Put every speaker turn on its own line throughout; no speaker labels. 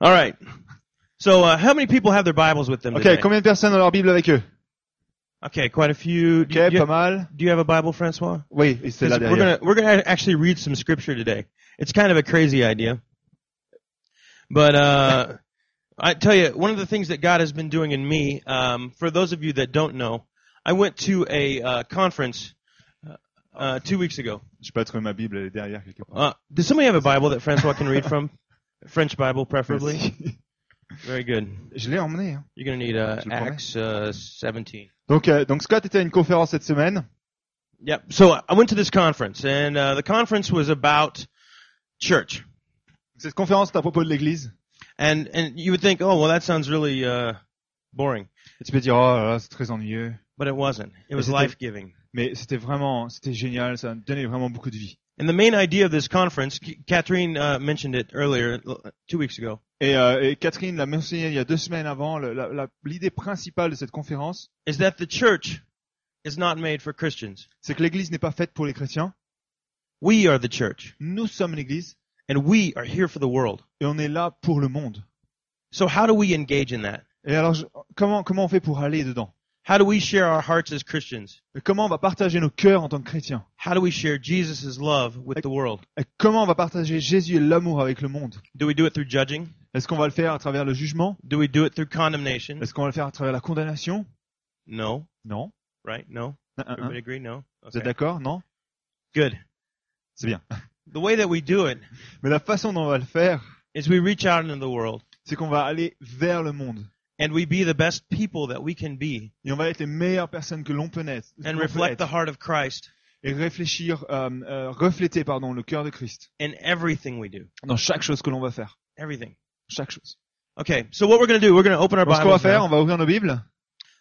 All right. So, uh, how many people have their Bibles with them
Ok,
today?
combien de personnes ont leur Bible avec eux
Okay, quite a few.
Ok,
Do, you,
pas mal.
do you have a Bible, Francois?
Oui, et c'est là
'Cause We're
derrière.
gonna we're gonna actually read some scripture today. It's kind of a crazy idea, but uh, I tell you, one of the things that God has been doing in me. Um, for those of you that don't know, I went to a uh, conference uh, uh, two weeks ago.
Je peux pas trouver ma Bible, elle est derrière quelque part.
Uh, does somebody have a Bible that Francois can read from? French Bible, preferably.
Merci.
Very good.
Je l'ai emmenée. hein.
You're gonna need uh,
Je le promets.
Acts uh, 17.
Donc, euh, donc Scott était à une conférence cette semaine.
Yep. So I went to this conference, and uh, the conference was about church.
Cette conférence est à propos de l'Église.
And and you would think, oh well, that sounds really uh, boring,
Et tu peux dire, oh là là, c'est très ennuyeux.
but it wasn't. It was
Is it the-
life giving.
Mais c'était vraiment, c'était génial, ça donnait vraiment beaucoup de vie.
And the main idea of this conference, K- Catherine uh, mentioned it earlier, l- two weeks ago,
Et, euh, et Catherine l'a mentionné il y a deux semaines avant, le- la- la- l'idée principale de cette conférence,
is that the church is not made for Christians.
c'est que l'Église n'est pas faite pour les chrétiens.
We are the church,
Nous sommes l'Église
and we are here for the world.
et on est là pour le monde.
So how do we engage in that?
Et alors, je- comment, comment on fait pour aller dedans
How do we share our hearts as Christians?
Et Comment on va partager nos cœurs en tant que chrétiens
How do we share Jesus' love with the world?
Et Comment on va partager Jésus et l'amour avec le monde
Do we do it through judging?
Est-ce qu'on va le faire à travers le jugement
Do we do it through condemnation?
Est-ce qu'on va le faire à travers la condamnation
No,
Non.
right? No.
Un, un, un.
Everybody agree? No.
Vous êtes
Okay.
d'accord Non
Good.
C'est bien.
The way that we do it
Mais la façon dont on va le faire,
is we reach out into the world
c'est qu'on va aller vers le monde.
and we be the best people that we can be
Et on va être les meilleures personnes que l'on peut naître. que
and
l'on peut
reflect the
être.
heart of Christ
Et réfléchir, euh, euh, refléter, pardon, le cœur de Christ
in everything we do.
dans chaque chose que l'on va faire.
Everything.
Chaque chose.
Okay, so what we're going to do, we're going to open our
Alors, ce qu'on va
Bibles
faire,
now
on va ouvrir nos Bibles.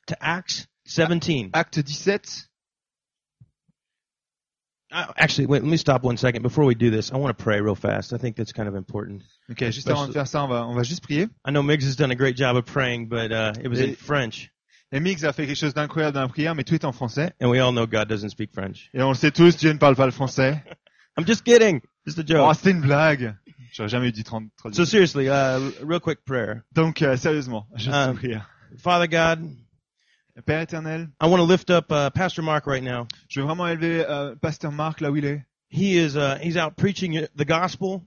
to Acts 17.
Acte 17.
Uh, Actually, wait, let me stop one second. Before we do this, I want to pray real fast. I think that's kind of important.
Ok, juste avant de faire ça, on va, on va juste prier.
I know Miggs has done a great job of praying, but uh, it was in
Eh.
French,
Et Mix a fait quelque chose d'incroyable dans la prière, mais tout est en français.
and we all know God doesn't speak French.
Et on le sait tous, Dieu ne parle pas le français.
I'm just kidding. Just a
Oh,
joke.
c'était une blague. J'aurais jamais dit 30, 30.
So seriously, uh, real quick prayer.
Donc, euh, sérieusement, je
Ah.
te prière.
Father God,
Père éternel,
I want to lift up uh, Pastor Mark right now.
je veux vraiment élever euh, Pasteur Marc là où il est.
He is uh, he's out preaching the gospel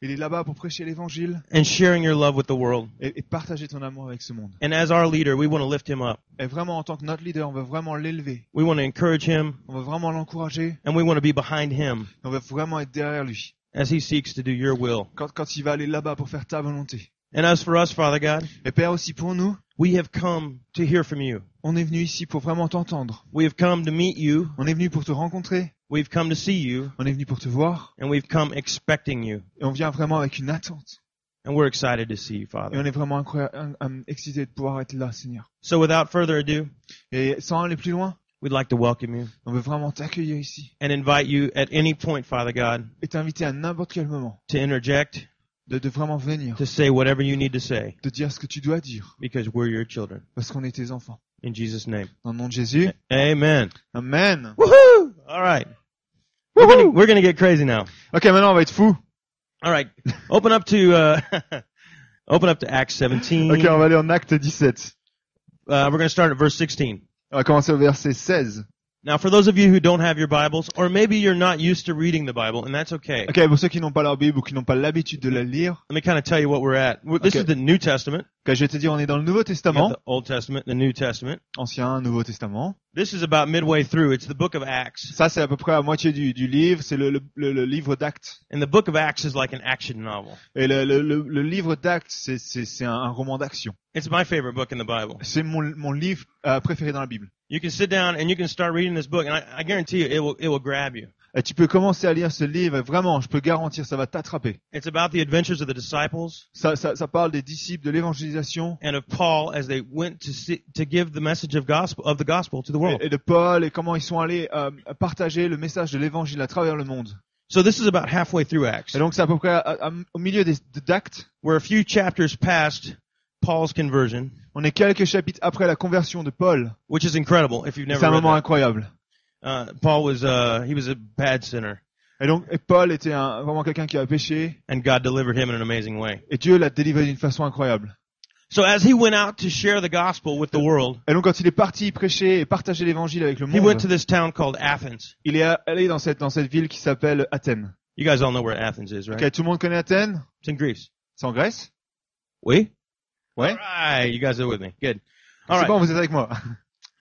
Il est là-bas pour prêcher l'évangile
and sharing your love with the world.
et, et partager ton amour avec ce monde.
And as our leader, we want to lift him up.
Et vraiment, en tant que notre leader, on veut vraiment l'élever.
We want to encourage him
On veut vraiment l'encourager.
and we want to be behind him
On veut vraiment être derrière lui.
as he seeks to do your will.
Quand, quand il va aller là-bas pour faire ta volonté.
And as for us, Father God,
Et Père aussi pour nous,
we have come to hear from you.
on est venu ici pour vraiment t'entendre.
We have come to meet you.
On est venu pour te rencontrer.
We've come to see you
On est venu pour te voir.
and we've come expecting you.
Et on vient vraiment avec une attente.
And we're excited to see you,
Et
Father.
on est vraiment incroya- un- un- excités de pouvoir être là, Seigneur.
So without further ado,
Et sans aller plus loin,
we'd like to welcome you
on veut vraiment t'accueillir ici
and invite you at any point, Father God,
et t'inviter à n'importe quel moment
to interject
de, de vraiment venir,
to say whatever you need to say
de dire ce que tu dois dire,
because we're your children.
parce qu'on est tes enfants.
In Jesus' name.
Dans le nom de Jésus,
Amen.
Amen.
Woohoo! All right. We're gonna, we're gonna get crazy now.
Ok, maintenant on va être fou.
All right. Open up to, uh, open up to Acts 17.
Ok, on va aller en Acte 17.
Uh, we're gonna start at verse 16.
On va commencer au verset 16.
Now, for those of you who don't have your Bibles, or maybe you're not used to reading the Bible, and that's okay.
Ok, pour ceux qui n'ont pas leur Bible ou qui n'ont pas l'habitude de la lire,
Let me kind of tell you what we're at. We're- This
Okay.
is the New Testament.
ok, je vais te dire, on est dans le Nouveau
You got
Testament,
The Old Testament, the New Testament.
Ancien, Nouveau Testament.
This is about midway through. It's the book of Acts.
Ça, c'est à peu près à moitié du, du livre, c'est le, le- le- le livre d'Actes.
And the book of Acts is like an action novel.
Et le, le- le- le livre d'Actes, c'est- c'est c'est un- un roman d'action.
It's my favorite book in the Bible.
C'est mon, mon livre euh, préféré dans la Bible.
You can sit down and you can start reading this book, and I, I guarantee you, it will it will grab you.
Et tu peux commencer à lire ce livre, et vraiment, je peux garantir, ça va t'attraper.
It's about the adventures of the disciples
Ça, ça, ça parle des disciples, de l'évangélisation,
and of Paul as they went to see, to give the message of gospel of the gospel to the world.
et, et de Paul, et comment ils sont allés euh, partager le message de l'évangile à travers le monde.
So this is about halfway through Acts.
Et donc, c'est à peu près à- à- au milieu des- de- d'actes.
We're a few chapters past Paul's conversion,
On est quelques chapitres après la conversion de Paul.
which is incredible if you've
C'est
never
un
read
moment
that.
incroyable.
Uh, Paul was uh, he was a bad sinner.
Et donc, et Paul était un- vraiment quelqu'un qui a péché,
and God delivered him in an amazing way.
et Dieu l'a délivré d'une façon incroyable.
So as he went out to share the gospel with the world,
Et donc, quand il est parti prêcher et partager l'évangile avec le
he went
monde,
to this town called Athens.
il est allé dans cette, dans cette ville qui s'appelle Athènes.
You guys all know where Athens is, right?
Ok, tout le monde connaît Athènes?
It's in Greece.
C'est en Grèce?
We?
Ouais.
All right, you guys are with me. Good. All
C'est
right.
bon, vous êtes avec moi.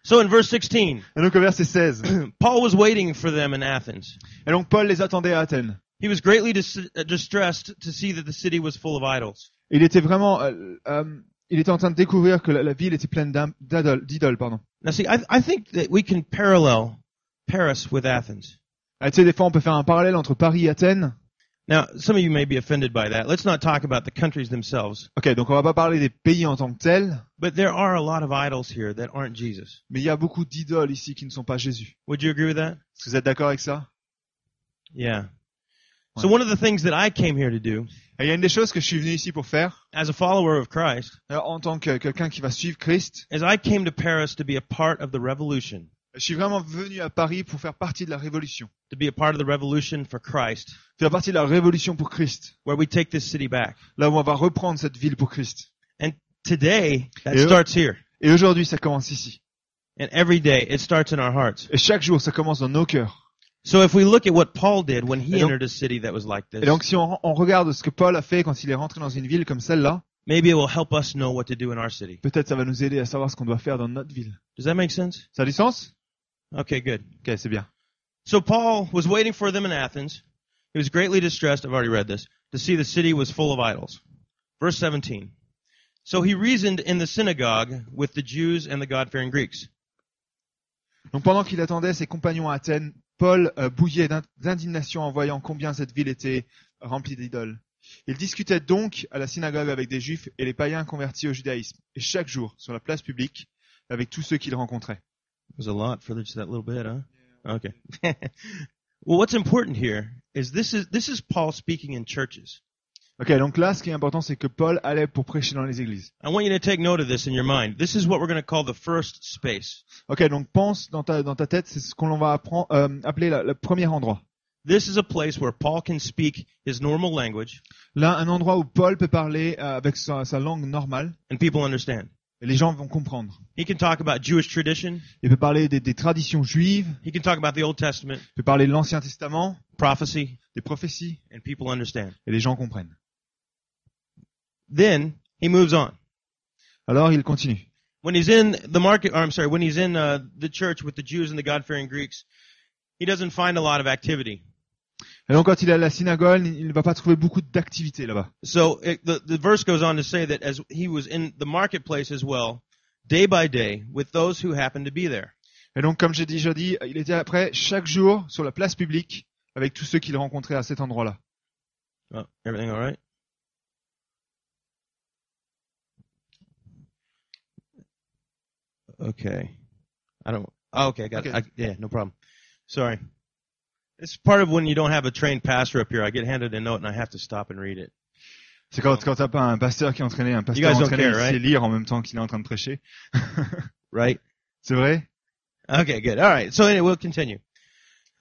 So in verse 16,
Et donc, au verset 16.
Paul was waiting for them in Athens.
Et donc, Paul les attendait à Athènes.
He was greatly dis- uh, distressed to see that the city was full of idols.
Il était vraiment, euh, euh, il était en train de découvrir que la, la ville était pleine d'im- d'idoles, d'idoles, pardon.
Now see, I, I think that we can parallel Paris with Athens.
Ah, tu sais, des fois, on peut faire un parallèle entre Paris et Athènes.
Now, some of you may be offended by that. Let's not talk about the countries themselves.
Ok, donc on va pas parler des pays en tant que tels,
But there are a lot of idols here that aren't Jesus.
mais il y a beaucoup d'idoles ici qui ne sont pas Jésus.
Would you agree with that?
Est-ce que vous êtes d'accord avec ça
Yeah. So one of the things that I came here to do
Et il y a une des choses que je suis venu ici pour faire,
as a follower of Christ
euh, en tant que quelqu'un qui va suivre Christ,
is I came to Paris to be a part of the revolution,
je suis vraiment venu à Paris pour faire partie de la révolution.
to be a part of the revolution for Christ,
Faire partie de la révolution pour Christ.
where we take this city back.
Là où on va reprendre cette ville pour Christ.
Today, that
Yeah.
starts here.
Et aujourd'hui, ça commence ici.
And every day, it starts in our hearts.
Et chaque jour, ça commence dans nos cœurs.
So if we look at what Paul did when he
Et donc-
entered a city that was like
Et
this,
donc, si on, on regarde ce que Paul a fait quand il est rentré dans une ville comme celle-là,
maybe it will help us know what to do in our city.
peut-être ça va nous aider à savoir ce qu'on doit faire dans notre ville.
Does that make sense?
Ça a du sens
Okay, good.
Ok, c'est bien.
So Paul was waiting for them in Athens. He was greatly distressed, I've already read this, to see the city was full of idols. Verse 17. So he reasoned in the synagogue with the Jews and the God-fearing Greeks.
Donc pendant qu'il attendait ses compagnons à Athènes, Paul euh, bouillait d'in- d'indignation en voyant combien cette ville était remplie d'idoles. Il discutait donc à la synagogue avec des juifs et les païens convertis au judaïsme, et chaque jour sur la place publique avec tous ceux qu'il rencontrait.
It was a lot for just that little bit, huh? Okay. well, what's important here is this is this is Paul speaking in churches.
Ok, donc là, ce qui est important, c'est que Paul allait pour prêcher dans les églises.
I want you to take note of this in your mind. This is what we're going to call the first space.
Ok, donc pense dans ta, dans ta tête, c'est ce qu'on va appren- euh, appeler la- le premier endroit.
This is a place where Paul can speak his normal language
Là, un endroit où Paul peut parler euh, avec sa, sa langue normale,
and people understand.
et les gens vont comprendre.
He can talk about Jewish tradition.
Il peut parler des, des traditions juives,
He can talk about the Old Testament,
il peut parler de l'Ancien Testament,
prophecy,
des prophéties,
and people understand.
et les gens comprennent.
Then he moves on.
Alors il continue.
When he's in the market, or I'm sorry, when he's in uh, the church with the Jews and the God-fearing Greeks, he doesn't find a lot of activity.
Et donc quand il est à la synagogue, il ne va pas trouver beaucoup d'activités là-bas.
So it, the, the verse goes on to say that as he was in the marketplace as well, day by day, with those who happened to be there.
Et donc comme j'ai déjà dit, il était après chaque jour sur la place publique avec tous ceux qu'il rencontrait à cet endroit-là.
Oh, everything all right? Okay. I don't. Oh, okay, I got
Okay.
it. I, yeah, no problem. Sorry. It's part of when you don't have a trained pastor up here. I get handed a note and I have to stop and read it.
C'est quand, quand t'as pas un pasteur qui est entraîné, un
You
pasteur
guys don't
entraîné,
care,
il
right?
sait lire en même temps qu'il est en train de prêcher.
Right?
C'est vrai
Okay, good. All right. So anyway, we'll continue.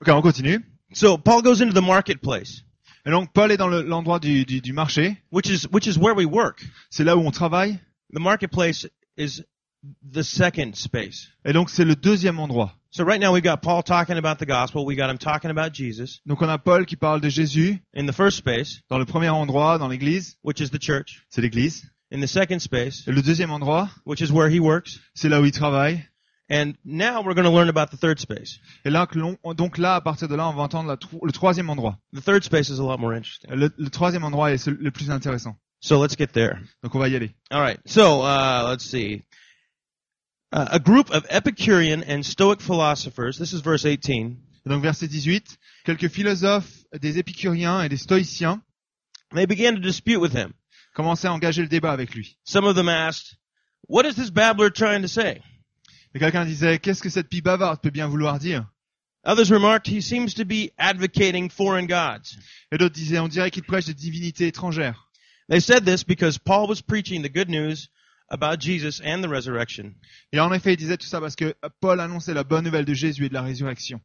Ok, on continue.
So Paul goes into the marketplace,
Et donc Paul est dans le- l'endroit du, du, du marché.
which is which is where we work.
C'est là où on travaille.
The marketplace is the second space.
Et donc c'est le deuxième endroit.
So right now we've got Paul talking about the gospel. We got him talking about Jesus
Donc on a Paul qui parle de Jésus
in the first space,
dans le premier endroit, dans l'église.
which is the church.
C'est l'église.
in the second space,
Et le deuxième endroit,
which is where he works.
c'est là où il travaille.
And now we're going to learn about the third space.
Et là, que l'on- donc là, à partir de là, on va entendre la tro- le troisième endroit.
The third space is a lot more interesting.
Le, le troisième endroit est ce- le plus intéressant.
So let's get there.
Donc on va y aller.
All right. So uh, let's see. Uh, a group of Epicurean and Stoic philosophers, this is verse 18,
Et donc verset 18, quelques philosophes, des épicuriens et des stoïciens
they began to dispute with him.
commençaient à engager le débat avec lui.
Some of them asked, What is this babbler trying to say?
Et quelqu'un disait, qu'est-ce que cette pie bavarde peut bien vouloir dire
Others remarked, He seems to be advocating foreign gods.
Et d'autres disaient, on dirait qu'il prêche des divinités étrangères.
They said this because Paul was preaching the good news about Jesus and the resurrection.
Et en effet, ils disaient tout ça parce que Paul annonçait la bonne nouvelle de Jésus et de la résurrection.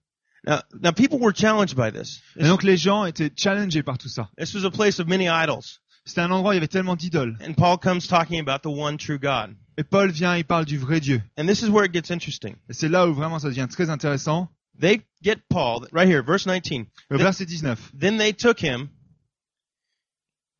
Now, now people were challenged by this.
Et donc les gens étaient challengés par tout ça.
This was a place of many idols,
C'était un endroit où il y avait tellement d'idoles.
and Paul comes talking about the one true God.
Et Paul vient, il parle du vrai Dieu.
And this is where it gets interesting.
Et c'est là où vraiment ça devient très intéressant.
They get Paul right here, verse 19.
Le verset 19.
Then they took him.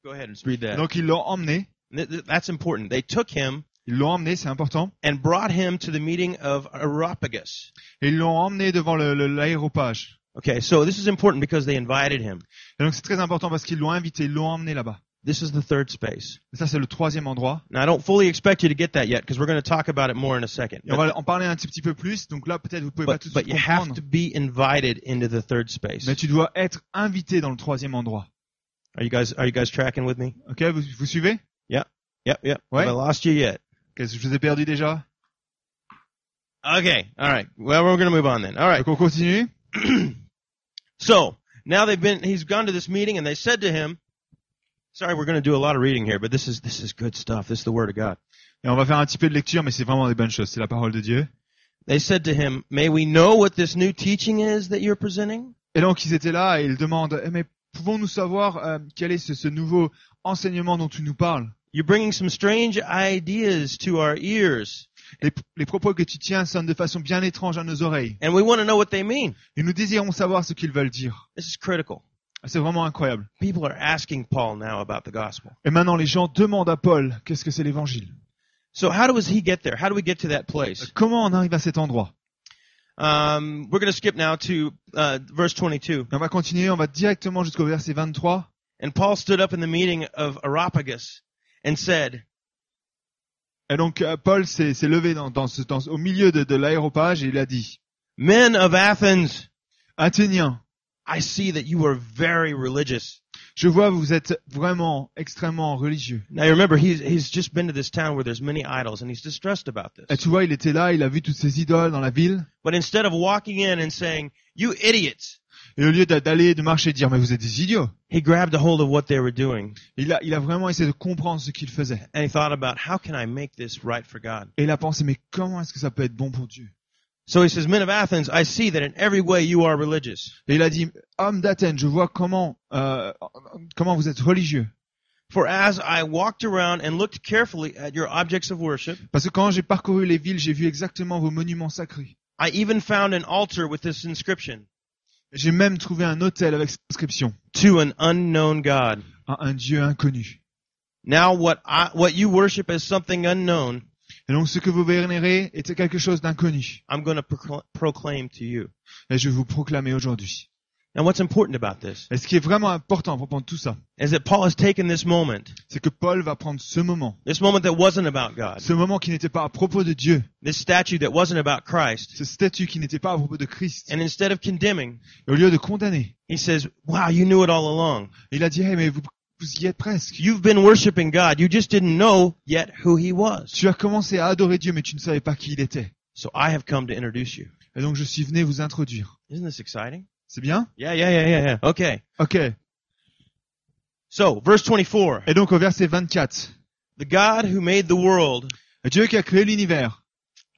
Go ahead and read that.
Donc ils l'ont emmené.
Th- th- That's important. They took him
Ils l'ont emmené, c'est important.
and brought him to the meeting of Areopagus.
Et ils l'ont emmené devant le- le- l'aéropage.
Okay, so this is important because they invited him.
Et donc c'est très important parce qu'ils l'ont invité, ils l'ont emmené là-bas.
This is the third space.
Et ça c'est le troisième endroit.
Now, I don't fully expect you to get that yet because we're going to talk about it more in a second.
Et on
But,
va en parler un petit, petit peu plus. Donc là peut-être vous pouvez pas
but,
tout de
but
suite
you have
comprendre.
to be invited into the third space.
Mais tu dois être invité dans le troisième endroit.
Are you guys Are you guys tracking with me?
Ok, vous, vous suivez
Yep, yep.
Ouais.
Have I lost you yet?
Qu'est-ce que je vous ai perdu déjà
Okay. All right. Well, we're going to move on then. All right.
Donc on continue.
So now they've been. He's gone to this meeting, and they said to him, "Sorry, we're going to do a lot of reading here, but this is this is good stuff. This is the Word of God."
Et on va faire un petit peu de lecture, mais c'est vraiment des bonnes choses. C'est la parole de Dieu.
They said to him, "May we know what this new teaching is that you're presenting?"
Et donc ils étaient là et ils demandent, Eh, mais pouvons-nous savoir euh, quel est ce, ce nouveau enseignement dont tu nous parles
You're bringing some strange ideas to our ears,
les, les propos que tu tiens sonnent de façon bien étrange à nos oreilles.
and we want to know what they mean.
Et nous désirons savoir ce qu'ils veulent dire. Ah,
This is critical.
C'est vraiment incroyable.
People are asking Paul now about the gospel.
Et maintenant les gens demandent à Paul, qu'est-ce que c'est l'évangile Euh,
So how does he get there? How do we get to that place?
Comment on arrive à cet endroit
Um, we're going to skip now to uh, verse 22.
Et On va continuer, on va directement jusqu'au verset 23.
And Paul stood up in the meeting of Areopagus and said,
Et donc euh, Paul s'est s'est levé dans, dans ce, dans- au milieu de, de l'aéropage et il a dit
Men of Athens,
Athéniens,
I see that you are very religious.
je vois vous êtes vraiment extrêmement religieux.
Now you remember he's he's just been to this town where there's many idols and he's distressed about
Et
this.
tu vois, il était là, il a vu toutes ces idoles dans la ville.
But instead of walking in and saying, "You idiots,"
Et au lieu d'a- d'aller de marcher et de dire mais vous êtes des idiots,
he grabbed a hold of what they were doing
il a, il a vraiment essayé de comprendre ce qu'il faisait.
and he thought about how can I make this right for God.
Et il a pensé mais comment est-ce que ça peut être bon pour Dieu
So he says, "Men of Athens, I see that in every way you are religious.
Et il a dit homme d'Athènes, je vois comment euh, comment vous êtes religieux.
For as I walked around and looked carefully at your objects of worship,
Parce que quand j'ai parcouru les villes, j'ai vu exactement vos monuments sacrés.
I even found an altar with this inscription:
J'ai même trouvé un hôtel avec cette inscription
To an unknown God."
à un Dieu inconnu.
Now what I, what you worship as something unknown,
Et donc ce que vous vénérez était quelque chose d'inconnu.
I'm going to procl- proclaim to you.
Et je vais vous proclamer aujourd'hui.
Now what's important about this
Et ce qui est vraiment important à propos de tout ça,
is that Paul has taken this moment,
c'est que Paul va prendre ce moment.
this moment that wasn't about God,
Ce moment qui n'était pas à propos de Dieu.
this statue that wasn't about Christ,
Ce statut qui n'était pas à propos de Christ.
and instead of condemning,
Et au lieu de condamner,
he says, "Wow, you knew it all along.
il a dit, hey, mais vous, vous y êtes presque.
You've been worshiping God. You just didn't know yet who he was.
Tu as commencé à adorer Dieu, mais tu ne savais pas qui il était.
So I have come to introduce you."
Et donc je suis venu vous introduire.
Isn't this exciting?
C'est bien
Yeah, yeah, yeah, yeah, yeah. Okay.
Ok. Et
So, verse 24.
donc au verset 24.
The God who made the world
Dieu qui a créé l'univers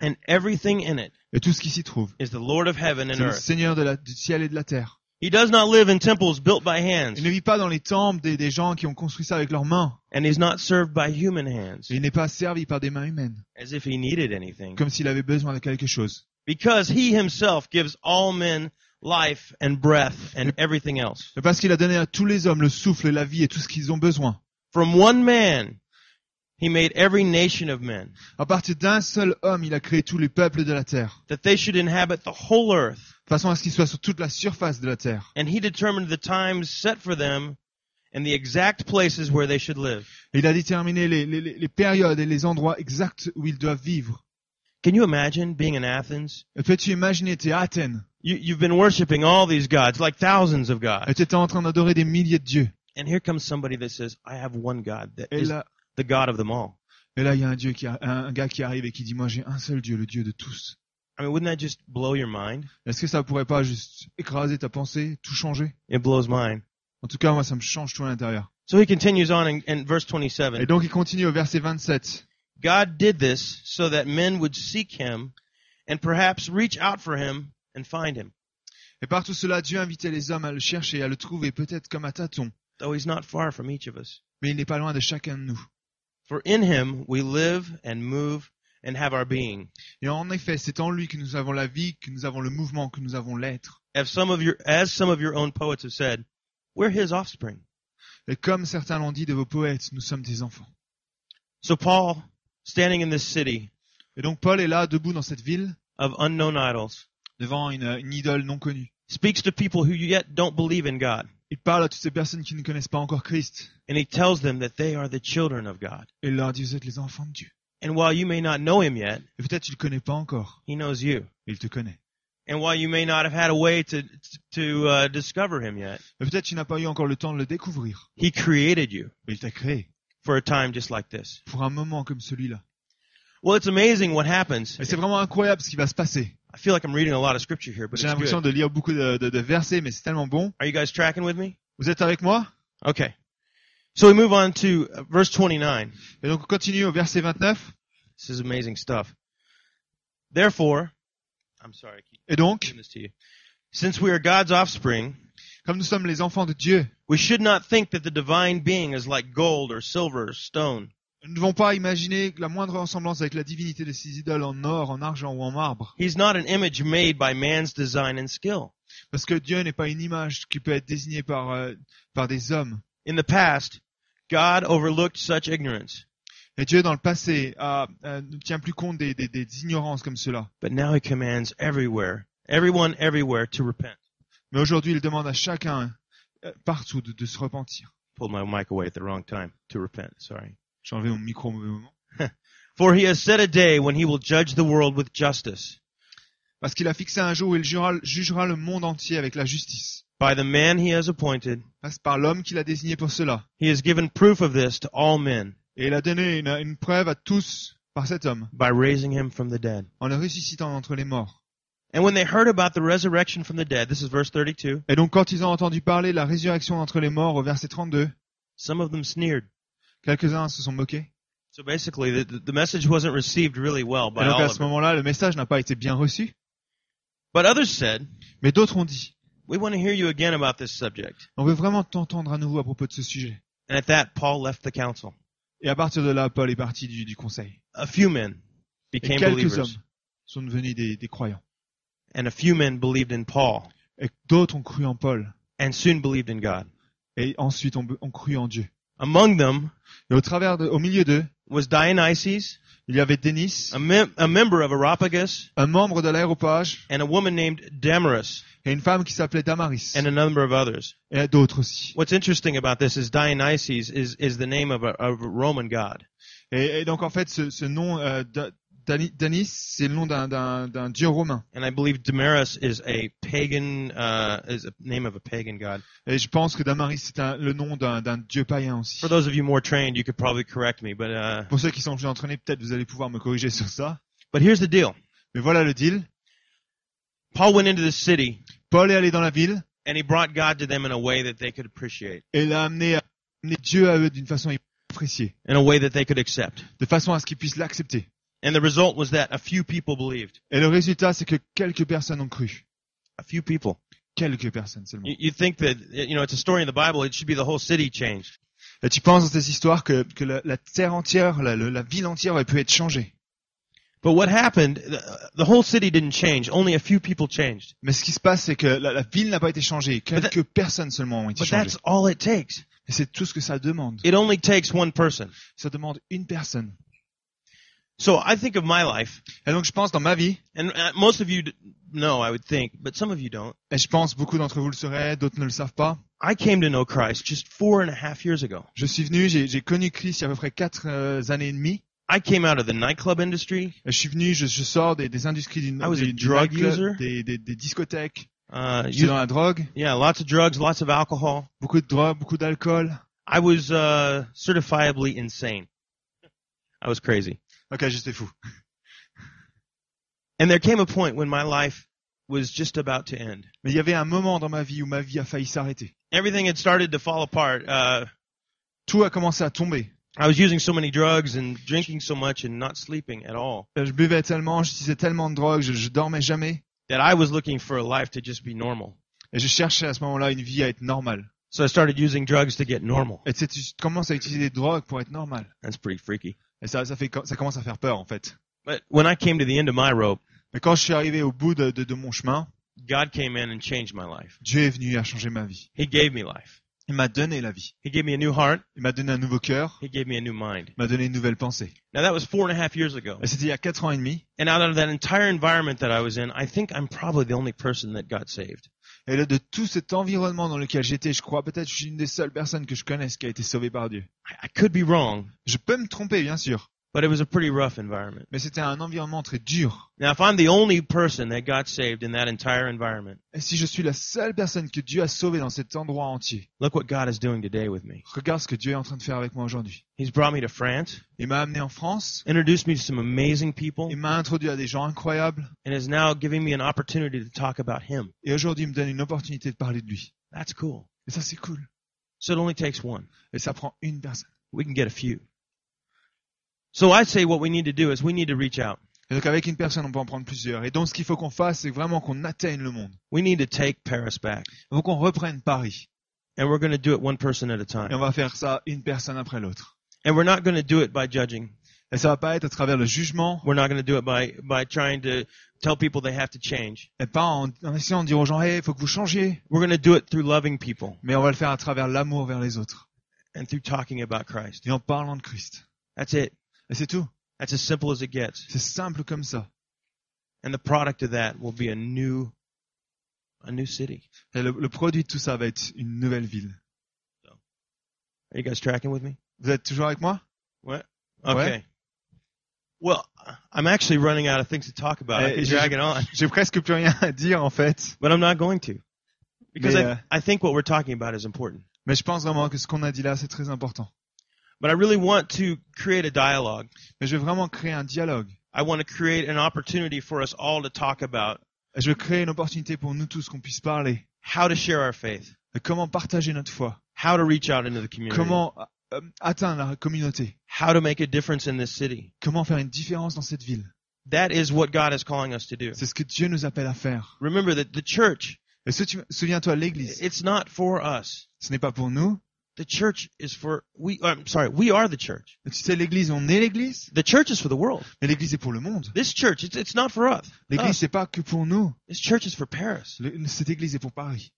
and everything in it
et tout ce qui s'y trouve.
is the Lord of heaven
C'est
and
le
earth.
Seigneur de la- du ciel et de la terre.
He does not live in temples built by hands,
Il ne vit pas dans les temples des, des gens qui ont construit ça avec leurs mains.
and is not served by human hands,
Et il n'est pas servi par des mains humaines,
as if he needed anything,
comme s'il avait besoin de quelque chose.
because he himself gives all men life and breath and everything else.
Mais parce qu'il a donné à tous les hommes le souffle, et la vie et tout ce qu'ils ont besoin.
From one man, he made every nation of men,
À partir d'un seul homme, il a créé tous les peuples de la terre,
that they should inhabit the whole earth,
de façon à ce qu'ils soient sur toute la surface de la terre.
and he determined the times set for them and the exact places where they should live.
Et il a déterminé les, les- les- les périodes et les endroits exacts où ils doivent vivre.
Can you imagine being in Athens?
Et Peux-tu imaginer, t'es à Athènes,
You, you've been worshiping all these gods, like thousands of
et
gods.
t'étais en train d'adorer des milliers de dieux.
And here comes somebody that says, I have one God that
Et
is
là,
the God of them all.
et là, il y a un dieu qui a, un, un gars qui arrive et qui dit, moi j'ai un seul dieu, le dieu de tous.
I mean, wouldn't that just blow your mind?
Est-ce que ça pourrait pas juste écraser ta pensée, tout changer?
It blows mine.
En tout cas, moi, ça me change tout à l'intérieur.
So he continues on in, in verse
Et
27.
donc, il continue au verset 27.
God did this so that men would seek him and perhaps reach out for him and find him.
Et par tout cela, Dieu invitait les hommes à le chercher, à le trouver, peut-être comme à tâtons,
though he's not far from each of us.
mais il n'est pas loin de chacun de nous.
For in him we live and move and have our being.
Et en effet, c'est en lui que nous avons la vie, que nous avons le mouvement, que nous avons l'être.
As some of your, as some of your own poets have said, we're his offspring.
Et comme certains l'ont dit de vos poètes, nous sommes des enfants.
So Paul, standing in this city
Et donc Paul est là, debout dans cette ville,
of unknown idols,
devant une, une idole non connue.
speaks to people who yet don't believe in God.
Il parle à toutes ces personnes qui ne connaissent pas encore Christ,
And he tells them that they are the children of God.
et il leur dit, vous êtes les enfants de Dieu.
And while you may not know him yet,
Et peut-être tu le connais pas encore,
he knows you.
mais il te connaît.
And while you may not have had a way to, to uh, discover him yet,
Mais peut-être tu n'as pas eu encore le temps de le découvrir,
he created you
mais il t'a créé,
for a time just like this.
pour un moment comme celui-là.
Well, it's amazing what happens.
Et c'est vraiment incroyable ce qui va se passer.
I feel like I'm reading a lot of scripture here, but
J'ai
it's
l'impression
good.
de lire beaucoup de, de- de versets, mais c'est tellement bon.
Are you guys tracking with me?
Vous êtes avec moi
Okay. So we move on to uh, verse 29.
Et donc on continue au verset 29.
This is amazing stuff. Therefore, I'm sorry, I keep
Et donc,
doing this to you. Since we are God's offspring,
comme nous sommes les enfants de Dieu,
we should not think that the divine being is like gold or silver or stone,
nous ne devons pas imaginer la moindre ressemblance avec la divinité de ces idoles en or, en argent ou en marbre,
He's not an image made by man's design and skill.
parce que Dieu n'est pas une image qui peut être désignée par, euh, par des hommes.
In the past, God overlooked such ignorance,
Et Dieu, dans le passé, a- euh, ne tient plus compte des, des- des ignorances comme cela.
but now he commands everywhere, everyone everywhere to repent.
Mais aujourd'hui, il demande à chacun, euh, partout, de, de se repentir.
Pulled my mic away at the wrong time. To repent, sorry.
J'ai enlevé mon micro au mauvais moment.
For he has set a day when he will judge the world with justice
Parce qu'il a fixé un jour où il jugera, jugera le monde entier avec la justice.
by the man he has appointed.
Passe par l'homme qu'il a désigné pour cela.
He has given proof of this to all men
Et il a donné une, une preuve à tous par cet homme,
by raising him from the dead.
en le ressuscitant entre les morts.
And when they heard about the resurrection from the dead, this is verse 32,
Et donc quand ils ont entendu parler de la résurrection entre les morts au verset 32,
some of them sneered.
quelques-uns se sont moqués.
So basically, the- the, the message wasn't received really well
Et
by
donc
all
à
of
ce
them.
moment-là, le message n'a pas été bien reçu.
But others said,
Mais d'autres ont dit,
We want to hear you again about this subject.
on veut vraiment t'entendre à nouveau à propos de ce sujet.
And at that, Paul left the council.
Et à partir de là, Paul est parti du, du conseil.
A few men
Et
became
quelques
believers,
hommes sont devenus des, des croyants.
and a few men believed in Paul,
Et d'autres ont cru en Paul.
and soon believed in God.
Et ensuite ont, ont cru en Dieu.
Among them
Et au travers, de, au milieu d'eux,
was Dionysius,
il y avait Denis,
a, mem- a member of Areopagus,
un membre de l'aéropage,
and a woman named Damaris,
et une femme qui s'appelait Damaris.
and a number of others.
Et d'autres aussi.
What's interesting about this is Dionysius is, is the name of a, of a Roman god.
Et, et donc en fait, ce, ce nom euh, Da- Dani- Danis, c'est le nom d'un- d'un d'un dieu romain.
And I believe Damaris is a pagan, uh, is a name of a pagan god.
Et je pense que Damaris, c'est un- le nom d'un d'un dieu païen aussi.
For those of you more trained, you could probably correct me, but, uh,
Pour ceux qui sont plus entraînés, peut-être vous allez pouvoir me corriger sur ça.
but here's the deal.
Mais voilà le deal.
Paul went into the city
Paul est allé dans la ville
and he brought God to them in a way that they could appreciate,
et l'a amené, amené Dieu à eux d'une façon appréciée,
in a way that they could accept.
de façon à ce qu'ils puissent l'accepter.
And the result was that a few people believed.
Et le résultat, c'est que quelques personnes ont cru.
A few people.
Quelques personnes seulement.
You, you think that, you know, it's a story in the Bible, it should be the whole city changed.
Et tu penses dans ces histoires que, que la, la terre entière, la, le- la ville entière aurait pu être changée.
But what happened, the, the whole city didn't change, only a few people changed.
Mais ce qui se passe, c'est que la, la ville n'a pas été changée. Quelques personnes seulement ont été
But
changées.
that's all it takes.
Et c'est tout ce que ça demande.
It only takes one person.
Ça demande une personne.
So I think of my life,
Et donc je pense dans ma vie,
and uh, most of you d- know, I would think, but some of you don't.
et je pense beaucoup d'entre vous le saurez, d'autres ne le savent pas,
I came to know Christ just four and a half years ago.
je suis venu, j'ai j'ai connu Christ il y a à peu près quatre euh, années et demie.
I came out of the nightclub industry.
Et je suis venu, je, je sors des, des industries du,
I was a
du- du
Ah, drug
nightclub,
user.
des, des, des discothèques.
Uh,
J'étais
you,
dans la drogue,
yeah, lots of drugs, lots of alcohol.
beaucoup de drogue, beaucoup d'alcool.
I was uh, certifiably insane. I was crazy.
Ok, j'étais fou.
And there came a point when my life was just about to end.
Mais il y avait un moment dans ma vie où ma vie a failli s'arrêter.
Everything had started to fall apart. Uh,
Tout a commencé à tomber.
I was using so many drugs and drinking so much and not sleeping at all
Euh, Je buvais tellement, je disais tellement de drogue, je, je dormais jamais.
that I was looking for a life to just be normal.
Et je cherchais à ce moment-là une vie à être normale.
So I started using drugs to get normal.
Et tu, sais, tu commences à utiliser des drogues pour être normal.
That's pretty freaky.
Et ça, ça, fait, ça commence à faire peur, en fait.
But when I came to the end of my rope,
Mais quand je suis arrivé au bout de, de- de mon chemin,
God came in and changed my life.
Dieu est venu à changer ma vie.
He gave me life.
Il m'a donné la vie.
He gave me a new heart.
Il m'a donné un nouveau cœur.
He gave me a new mind.
Il m'a donné une nouvelle pensée.
Now that was four and a half years ago.
Et c'était il y a quatre ans et demi.
And out of that entire environment that I was in, I think I'm probably the only person that got saved.
Et là, de tout cet environnement dans lequel j'étais, je crois peut-être que je suis une des seules personnes que je connaisse qui a été sauvée par Dieu.
I, I could be wrong,
Je peux me tromper, bien sûr.
but it was a pretty rough environment.
Mais c'était un environnement très dur.
Now, if I'm the only person that got saved in that entire environment,
Et si je suis la seule personne que Dieu a sauvée dans cet endroit entier,
look what God is doing today with me.
regarde ce que Dieu est en train de faire avec moi aujourd'hui.
He's brought me to France,
Il m'a amené en France.
introduced me to some amazing people,
Il m'a introduit à des gens incroyables.
and is now giving me an opportunity to talk about Him.
Et aujourd'hui, il me donne une opportunité de parler de lui.
That's cool.
Et ça, c'est cool.
So it only takes one.
Et ça prend une personne.
We can get a few. So I say what we need to do is we need to reach out.
Et donc, avec une personne, on peut en prendre plusieurs. Et donc, ce qu'il faut qu'on fasse, c'est vraiment qu'on atteigne le monde.
We need to take Paris back.
Il faut qu'on reprenne Paris.
And we're going to do it one person at a
Et on
time.
va faire ça une personne après l'autre.
And we're not going to do it by judging.
Et ça va pas être à travers le jugement,
We're not going to do it by, by trying to tell people they have to change.
et pas en, en essayant de dire aux gens, hey, faut que vous changiez.
We're going to do it through loving people
Mais on va le faire à travers l'amour vers les autres.
and through talking about Christ.
Et en parlant de Christ.
That's it.
Et c'est tout.
That's as simple as it gets.
C'est simple comme ça.
And the product of that will be a new, a new city.
Et le, le produit de tout ça va être une nouvelle ville.
Are you guys tracking with me?
Vous êtes toujours avec moi?
What?
What?
Okay. Well, I'm actually running out of things to talk about. I
Uh,
could
is
drag
it-
it on,
J'ai presque plus rien à dire, en fait.
but I'm not going to. Because
Mais, euh,
I, I think what we're talking about is important.
Mais je pense vraiment que ce qu'on a dit là, c'est très important.
But I really want to create a dialogue.
Mais je veux vraiment créer un dialogue.
I want to create an opportunity for us all to talk about
Et je veux créer une opportunité pour nous tous qu'on puisse parler.
how to share our faith,
de comment partager notre foi.
how to reach out into the community,
Comment euh, atteindre la communauté.
how to make a difference in this city.
Comment faire une différence dans cette ville.
That is what God is calling us to do.
C'est ce que Dieu nous appelle à faire.
Remember that the church,
Et si tu- souviens-toi, l'Église,
it's not for us.
ce n'est pas pour nous.
The church is for we. I'm sorry, we are the church.
Tu sais, l'Église, on est l'Église,
The church is for the world.
mais l'Église est pour le monde.
This church, it's, it's not for us.
L'Église,
us.
c'est pas que pour nous.
This church is for Paris.
Le- cette Église est pour Paris.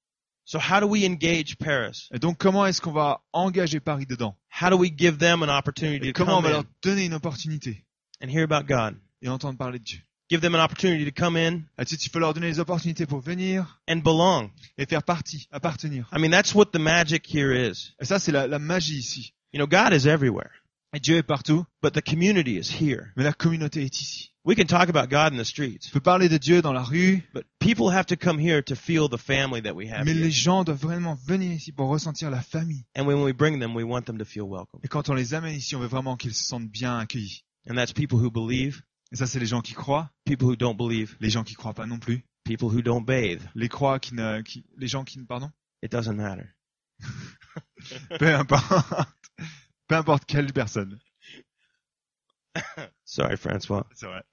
So how do we engage Paris?
Et donc, comment est-ce qu'on va engager Paris dedans
How do we give them an opportunity
Et
to
Comment on
come
va leur
in
donner une opportunité
and hear about God?
et entendre parler de Dieu
Give them an opportunity to come in
Et tu, tu peux leur donner les opportunités pour venir
and belong.
et faire partie, appartenir.
I mean, that's what the magic here is.
Et ça, c'est la, la magie ici.
You know, God is everywhere,
Et Dieu est partout,
but the community is here.
mais la communauté est ici.
We can talk about God in the streets,
Tu peux parler de Dieu dans la rue,
but people have to come here to feel the family that we have.
mais
Here.
les gens doivent vraiment venir ici pour ressentir la famille.
And when we bring them, we want them to feel welcome.
Et quand on les amène ici, on veut vraiment qu'ils se sentent bien accueillis.
And that's people who believe,
Et ça, c'est les gens qui croient,
people who don't believe,
les gens qui croient pas non plus,
people who don't bathe.
les croix qui ne, qui, les gens qui ne, pardon,
It doesn't matter.
peu importe, peu importe quelle personne.
Sorry, Francois.
C'est vrai.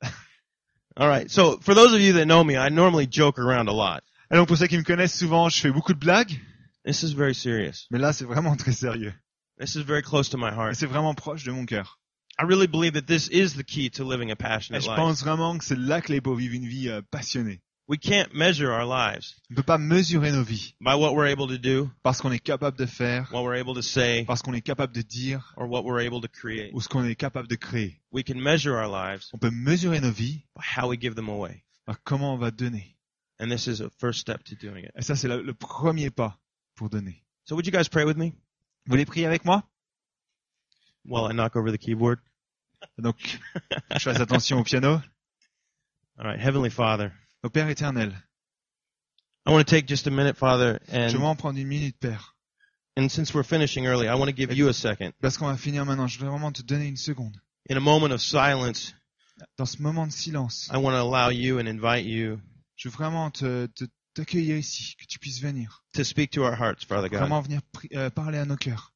All right. So for those of you that know me, I normally joke around a lot.
Et donc pour ceux qui me connaissent souvent, je fais beaucoup de blagues,
This is very serious.
mais là, c'est vraiment très sérieux.
This is very close to my
Et
heart.
c'est vraiment proche de mon cœur.
I really believe that this is the key to living a
Et
passionate
je
life.
pense vraiment que c'est là que les beaux vivent une vie euh, passionnée.
We can't measure our lives
On ne peut pas mesurer nos vies
by what we're able to do,
parce qu'on est capable de faire,
what we're able to say,
parce qu'on est capable de dire,
or what we're able to create.
ou ce qu'on est capable de créer.
We can measure our lives
On peut mesurer nos vies
by how we give them away.
par comment on va donner.
And this is a first step to doing it.
Et ça, c'est la- le premier pas pour donner.
So would you guys pray with me
Vous voulez prier avec moi
while I knock over the keyboard?
Donc, je fasse attention au piano.
All right. Heavenly Father,
Au Père éternel,
I want to take just a minute, Father,
je vais
and,
en prendre une minute, Père.
and since we're finishing early, I want to give you a second.
Parce qu'on va finir maintenant, je vais vraiment te donner une seconde.
In a moment of silence,
Dans ce moment de silence,
I want to allow you and invite you
je veux vraiment te te- t'accueillir ici, que tu puisses venir.
to speak to our hearts, Father God.
Vraiment venir pri- euh, parler à nos cœurs.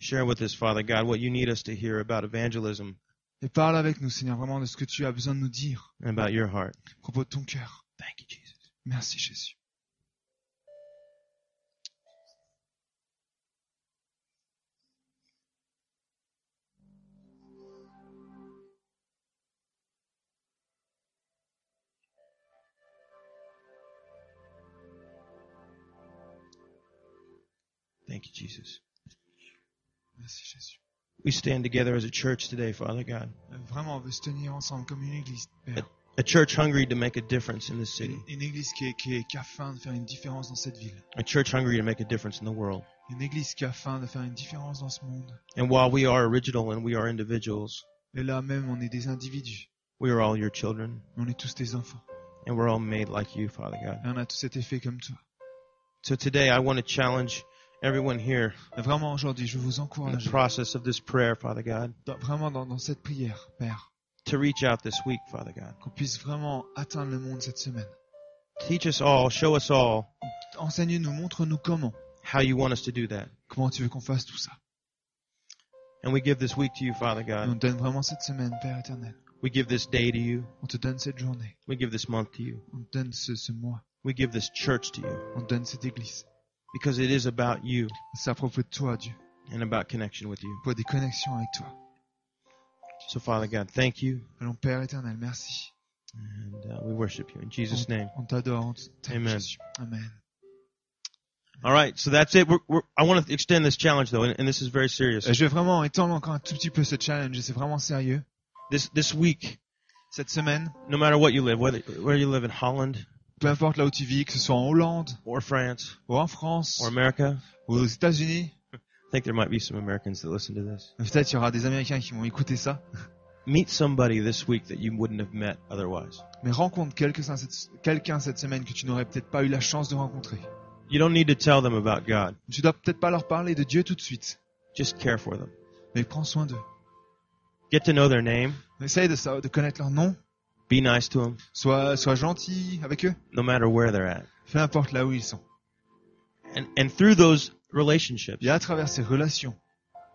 Share with us, Father God, what you need us to hear about evangelism,
Et parle avec nous, Seigneur, vraiment de ce que tu as besoin de nous dire
and about your heart.
à propos de ton cœur.
Thank you, Jesus.
Merci, Jésus.
Thank you, Jesus.
Merci, Jésus.
We stand together as a church today, Father God.
Euh, Vraiment, on veut se tenir ensemble comme une église, Père.
A church hungry to make a difference in this city.
Une, une église qui, est- qui, est- qui a faim de faire une différence dans cette ville.
A church hungry to make a difference in the world.
Une église qui a faim de faire une différence dans ce monde.
And while we are original and we are individuals,
Et là même, on est des individus.
we are all your children.
On est tous des enfants.
And we're all made like you, Father God.
Et on a tous été faits comme toi.
So today I want to challenge everyone here
Et vraiment, aujourd'hui, je vous
in
encourage,
the process of this prayer, Father God,
dans- vraiment dans, dans cette prière, Père,
to reach out this week, Father God.
qu'on puisse vraiment atteindre le monde cette semaine.
Teach us all, show us all
Enseigne-nous, montre-nous comment.
how you want us to do that.
Comment tu veux qu'on fasse tout ça.
And we give this week to you, Father
Et on
God.
te donne vraiment cette semaine, Père éternel.
We give this day to you.
On te donne cette journée.
We give this month to you.
On te donne ce, ce mois.
We give this church to you
On te donne cette église.
because it is about you
C'est à propos de toi, Dieu.
and about connection with you.
Pour des connexions avec toi.
So, Father God, thank you.
Allons, Père éternel, merci.
And uh, we worship you in Jesus' name.
On t'adore. on t'aime,
Amen.
Jésus. Amen.
All right, so that's it. We're, we're, I want to extend this challenge, though, and, and this is very serious.
Euh, Je vais vraiment étendre encore un tout petit peu ce challenge. et C'est vraiment sérieux.
This, this week,
Cette semaine,
no matter what you live, whether where you live in Holland
peu importe là où tu vis, que ce soit en Hollande,
or France
ou en France,
or America,
ou aux États-Unis,
I think there might be some Americans that listen to this.
peut-être il y aura des Américains qui vont écouter ça,
Meet somebody this week that you wouldn't have met otherwise.
mais rencontre quelqu'un cette, quelqu'un cette semaine que tu n'aurais peut-être pas eu la chance de rencontrer.
You don't need to tell them about God.
Tu dois peut-être pas leur parler de Dieu tout de suite,
Just care for them.
mais prends soin d'eux.
Get to know their name.
Essaye de, sa- de connaître leur nom,
Be nice to them,
sois, sois gentil avec eux,
no matter where they're at.
peu importe là où ils sont.
And, and through those relationships,
Et à travers ces relations,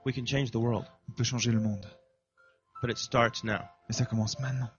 we can change the world.
on peut changer le monde.
But it starts now.
Mais ça commence maintenant.